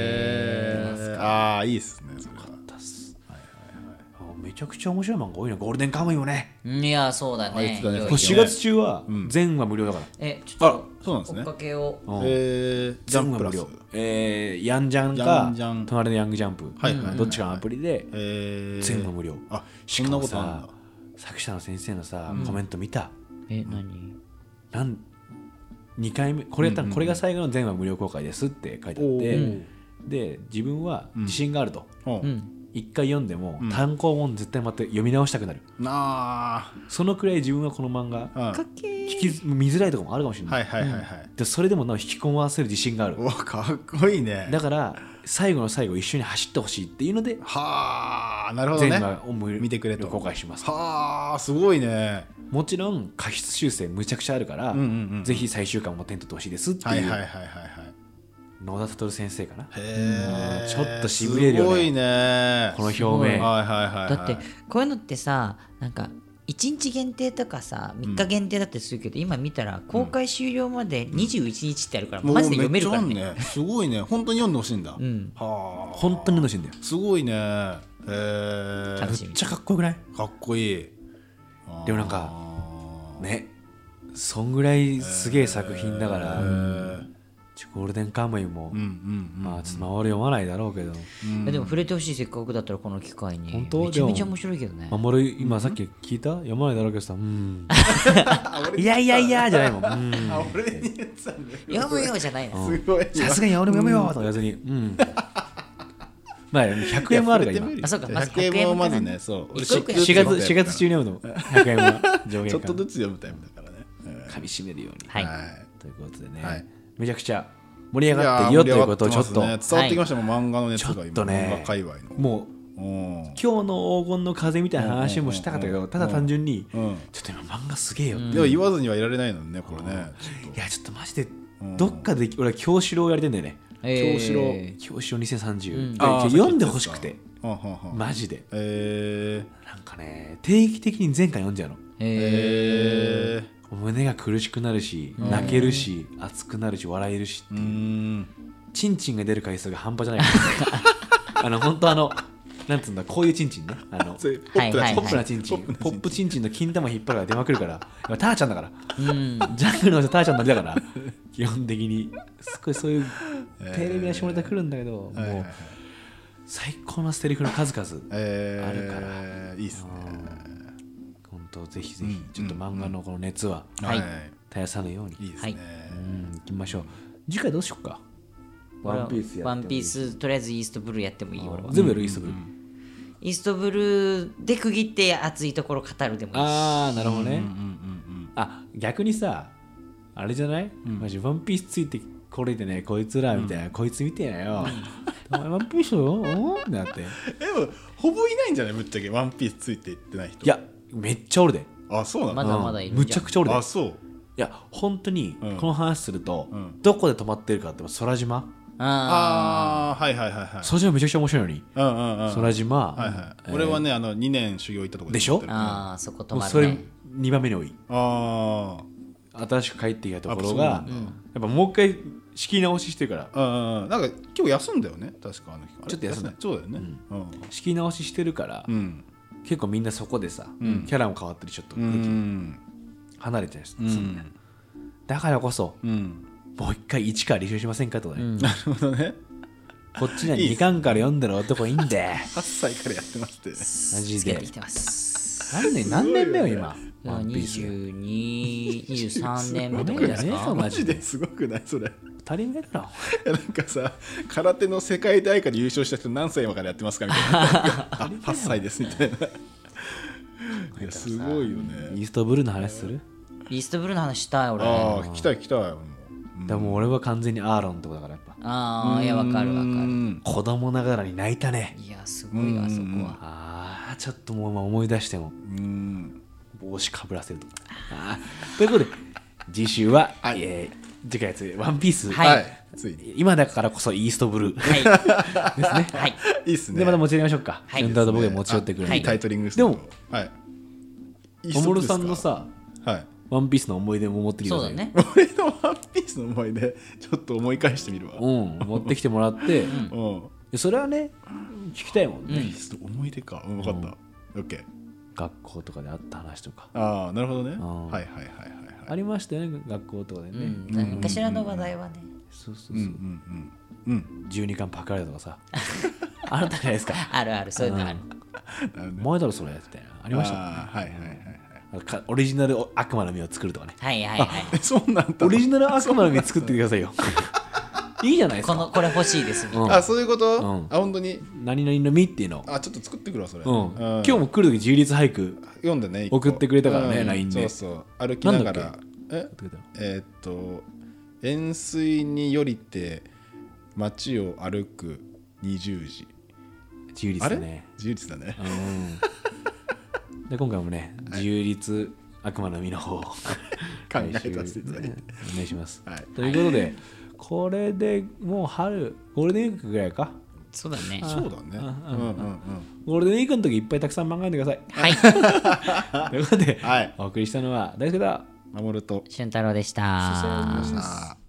S3: えー、ああ、いいっすね。それは
S1: 出すあめちゃくちゃ面白い漫画多いなゴールデンカムイもね
S4: いやそうだ
S3: あ言っ
S4: ね
S3: てたね
S4: いよい
S1: こ
S4: よ
S1: れ4月中は
S3: ん
S1: 全話無料だから、
S4: えち
S3: あら
S4: ょっ
S3: そうなんで
S4: と
S3: す
S4: 追
S3: ね
S4: っかけを
S1: うん
S3: えー、ジャンププラス
S1: 全話無。料えー、ヤンジャン
S3: ヤ
S1: か
S3: ンジャン
S1: 隣のヤングジャンプ、
S3: はいはいはい
S1: どっちかのアプリで
S3: えー、
S1: 全話無料、
S3: あ、
S1: し
S3: そ
S1: か
S3: んな
S1: も
S3: ことあん
S1: さ
S3: だ。
S1: 作者の先生のさ、コメント見た
S4: え何
S1: なん2回目これやったらこれが最後の全話無料公開ですって書いてあって、で自分は自信があると、
S3: おう
S4: うん
S1: 一回読んでも単行本絶対また読み直したくなる、
S3: なあ、
S1: そのくらい自分はこの漫
S3: う
S1: 画
S3: ん、は
S1: 聞き見づらいとかもあるかもしれない、
S3: いはいはいはい。
S1: でそれでもなお引き込ませる自信がある
S3: うわ、かっこいいね。
S1: だから最後の最後一緒に走ってほしいっていうので
S3: はあ、なるほど
S1: 全
S3: ね。
S1: 話を無料
S3: 見てくれと
S1: 公開します
S3: はあ、すごいね。
S1: もちろん過失修正むちゃくちゃあるから、
S3: うんうんうん
S1: ぜひ最終巻も手に取ってほしいですって
S3: は
S1: い
S3: いは
S1: う、
S3: いはいはいはい。
S1: 野田悟先生かな
S3: へ
S1: う
S3: え
S1: んちょっとしびれるよね
S3: すごいね。
S1: この表
S4: すごい
S1: 明
S3: はいはいはいはい。
S4: だってこういうのってさなんか1日限定とかさ3日限定だってするけど、今見たら公開終了まで21日ってあるから、
S3: もう
S4: マジで読めるからね
S3: めっちゃあんねすごいね。本当に読んでほしいんだ。
S4: うん
S3: はあ。
S1: 本当に楽しいんだよ
S3: すごいね。へえ
S4: 楽し
S1: め
S4: み
S1: っちゃかっこよくない
S3: かっこいい。
S1: でもなんか
S3: あ
S1: ねそんぐらいすげえ作品だから、
S3: ーへえ
S1: ちょゴールデンカムイも、
S3: うんうんうん。
S1: まあちょっとまあ俺読まないだろうけど、
S3: うん
S4: えでも触れてほしいせっかくだったらこの機会に
S1: 本当
S4: めちゃめち
S1: で
S4: ゃ
S1: も
S4: 面白いけどね
S1: まあ俺今さっき聞いた読まないだろうけどさ「うん
S3: 俺
S1: いやいやいや」じゃないもんうん
S3: あ俺に言ってたんだよ
S4: 読むよじゃないの
S3: すごい。
S1: さすがに俺も読むよとか言わずにうんまあ100円もあるから今
S4: あそうかまず
S3: 100
S4: 100
S3: 円
S4: 円
S3: も
S4: も
S3: ま
S4: ま
S3: ず
S4: ず
S3: ね、
S4: ね
S3: そう。
S4: 一個一個
S1: 4
S3: ちょっ
S1: 月
S3: と
S1: 4月中に読むの100円は 上
S3: ち
S1: 限
S3: ょっと
S1: か
S3: ずつ読むタイプだからね。
S1: かみしめるように
S4: はい、
S1: ということでね、
S3: はい
S1: めちゃくちゃ盛り上がっていいよということをちょっと、
S3: いやー盛り上がってますね伝わってきましたもん、漫画の熱
S1: ちょ
S3: が
S1: っ
S3: 今、
S1: と
S3: 漫画
S1: ね
S3: 界隈の。
S1: もう
S3: うん
S1: 今日の黄金の風みたいな話もしたかったけ
S3: うん
S1: ど
S3: うんうん
S1: ただ単純にち
S3: う
S1: ょ
S3: ん
S1: っと今漫画すげえよって
S3: でも言わずにはいられないのね、これね。ちょっ
S1: いやちょっとマジでどっかで俺は京志郎をやりてんだよね
S4: え
S3: 京志郎
S1: 京志郎2030で
S3: あー
S1: 読んでほしくて
S3: とはんはんはん
S1: マジで
S3: え
S1: なんかね定期的に前回読んじゃうの
S4: え
S3: え
S1: 胸が苦しくなるし泣けるし熱くなるし笑えるし
S3: うーん
S1: チンチンが出る回数が半端じゃない からあの本当あのなんつうんだこういうチンチンねあの
S3: それポ
S4: はい
S3: ップな
S4: はい
S1: ポ
S3: ポ
S1: ップ
S3: ップな
S1: なチンチンポップチンチンの金玉引っ張るから出まくるから今ターちゃんだからジャングルの人ターちゃんのりだから 基本的にすごいそういうテレビや下ネタ来るんだけど、
S3: はいはい
S1: も
S3: は
S1: う
S3: い
S1: 最高のセリフの数々
S3: えー
S1: あるから
S3: いいっすね
S1: 本当とぜひぜひ
S3: うん
S1: ちょっと漫画のこの熱は
S2: はい
S1: 絶やさぬように、
S3: いいです
S2: はい
S3: ね、
S1: うん行きましょう次回どうしようかワンピースやってもいい
S2: ワンピースとりあえずイーストブルーやってもいいよ俺は
S1: 全部やるイーストブルー、
S2: イーストブルーで区切って熱いところ語るでもいいし
S1: ああなるほどね、
S3: うんうん
S1: あ逆にさあれじゃない、マジワンピースついてこれでねこいつらみたいな、こいつ見てなよお前ワンピースようんだってい
S3: うん、でもほぼいないんじゃないぶっちゃけワンピースついていってない人
S1: やめっちゃおるで
S3: あそうなの
S2: まだまだいる
S1: む
S2: じ
S1: ち
S2: ゃ
S1: ゃ
S2: ん
S1: くちゃおるでい
S3: あそう
S1: や本当に
S3: うん
S1: この話すると、
S3: ん
S1: どこで泊まってるかって空島
S2: あ
S3: ああーはいはいはいはい
S1: 空島めちゃくちゃ面白いのに、
S3: うんうんうん
S1: 空島、
S3: はいはい、俺はねあの2年修行行ったとこ
S1: でしょ
S2: ー
S3: あ
S2: あーそこ止
S1: もう
S2: ま
S1: そ
S2: る
S1: れ
S2: ね
S1: 2番目に多い
S3: あ
S1: 新しく帰ってきたところ
S3: あ
S1: が
S3: そう
S1: やっぱもう一回仕切り直ししてるから
S3: ーうんうんなんか今日休んだよね確かあの日
S1: ちょっと休んだ
S3: あれそうだよねうん
S1: 仕切り直ししてるから、
S3: うん
S1: 結構みんなそこでさ、キャラも変わってるちょっと
S3: うんうん
S1: 離れてるんです、
S3: うん
S1: だからこそ
S3: うん
S1: もう一回一から履修しませんかとね、
S3: なるほどね
S1: こっちには2巻から読んでる男いいんで
S3: 8歳からやってまして
S1: マジ
S2: つけ
S1: で
S2: てきてます
S1: 何年何年だよ今ワンピース
S2: 2223年目と
S1: ご
S2: か
S1: めん
S2: で
S1: な
S2: す
S1: さい
S2: か
S1: マ
S3: マ
S1: ジ
S3: ジ
S1: で
S3: ですごくないそれ
S1: 2人目だろ
S3: なんかさ空手の世界大会で優勝した人何歳今からやってますかみた いなあ8歳ですみたいないやすごいよね
S1: イーストブルーの話する、
S2: イーストブルーの話したい俺あ
S3: ああ来た来たよもう
S1: でも俺は完全にアーロンってことだからやっぱ
S2: あーいやわかるわかる
S3: る
S1: 子供ながらに泣いたね
S2: いやすごいわそこは
S1: あーちょっともう今思い出しても
S3: うん
S1: 帽子かぶらせるとかあーということで次週は、えー次回つワンピース、
S2: はい
S3: ついに
S1: 今だからこそイーストブルー
S2: はいですねはい
S3: いいっすね
S1: でまた持ち寄りましょうか。
S2: はい
S1: エンダーと僕が持ち寄ってくるんで。
S3: あいいタイトリング
S1: でも、
S3: はいい
S1: お
S3: いスト
S1: も
S3: ップ
S1: る
S3: ですか
S1: さんのさ、
S3: はい
S1: ワンピースの思い出も持ってきてく
S2: そ
S1: だ
S2: う
S1: さ
S2: だ
S1: い。。
S2: ね
S3: 俺のワンピースの思い出ちょっと思い返してみるわ
S1: うん、持ってきてもらって、
S3: うん
S1: それはね、聞きたいもんね。
S3: ピースの思い出かうん分かったオッケー
S1: 学校とかであった話とか。
S3: ああなるほどね
S1: ん
S3: はいはいはいはいは
S1: あ
S3: い
S1: りましたよね、学校とかで
S2: う
S1: ね。
S2: ん何かしらの話題はね
S1: そうそうそう。
S3: うんうんうんうん
S1: 12巻パクられたとか さ。あなたじゃないですか。
S2: あるあるそういうのある
S3: なるほどね
S1: お前だろ、それ。みたいな。ありましたもんね
S3: あーはいはいはいはい
S1: かオリジナル悪魔の実を作る とかね。
S2: はいはいはい
S3: えそんなんだ
S1: オリジナル悪魔の実作ってくださいよ。いいじゃないです
S2: こ
S1: か。
S2: のこれ欲しいですみたいな
S3: あそういうこ
S1: う
S3: と
S1: ん
S3: あ本当に
S1: 何々の実っていうのを。
S3: あちょっと作ってくるわそれ
S1: うん、今日
S3: 日
S1: も来る時自由律俳句
S3: 読んでね一個
S1: 送ってくれたからね
S3: うん
S1: LINE で
S3: そうそう歩きなが
S1: なん
S3: ら
S1: だ
S3: ええーっと円錐によりて街を歩く20時
S1: 自由律
S3: あ
S1: だ
S3: れ、
S1: ね
S3: 自由率だね
S1: うんで今回もね自由律悪魔の実の方を考
S3: 考えさせていただいて
S1: お願いします、
S3: はい
S1: ということでこれでもう春ゴールデンウィークぐらいか
S2: そうだね
S3: そうだねうんうんうん
S1: ゴールデンウィークの時いっぱいたくさん漫画読んでくだ
S2: はい
S1: さいということで、
S3: はい
S1: お送りしたのは大輔だ
S3: 守ると
S2: 俊太郎でした
S3: さあ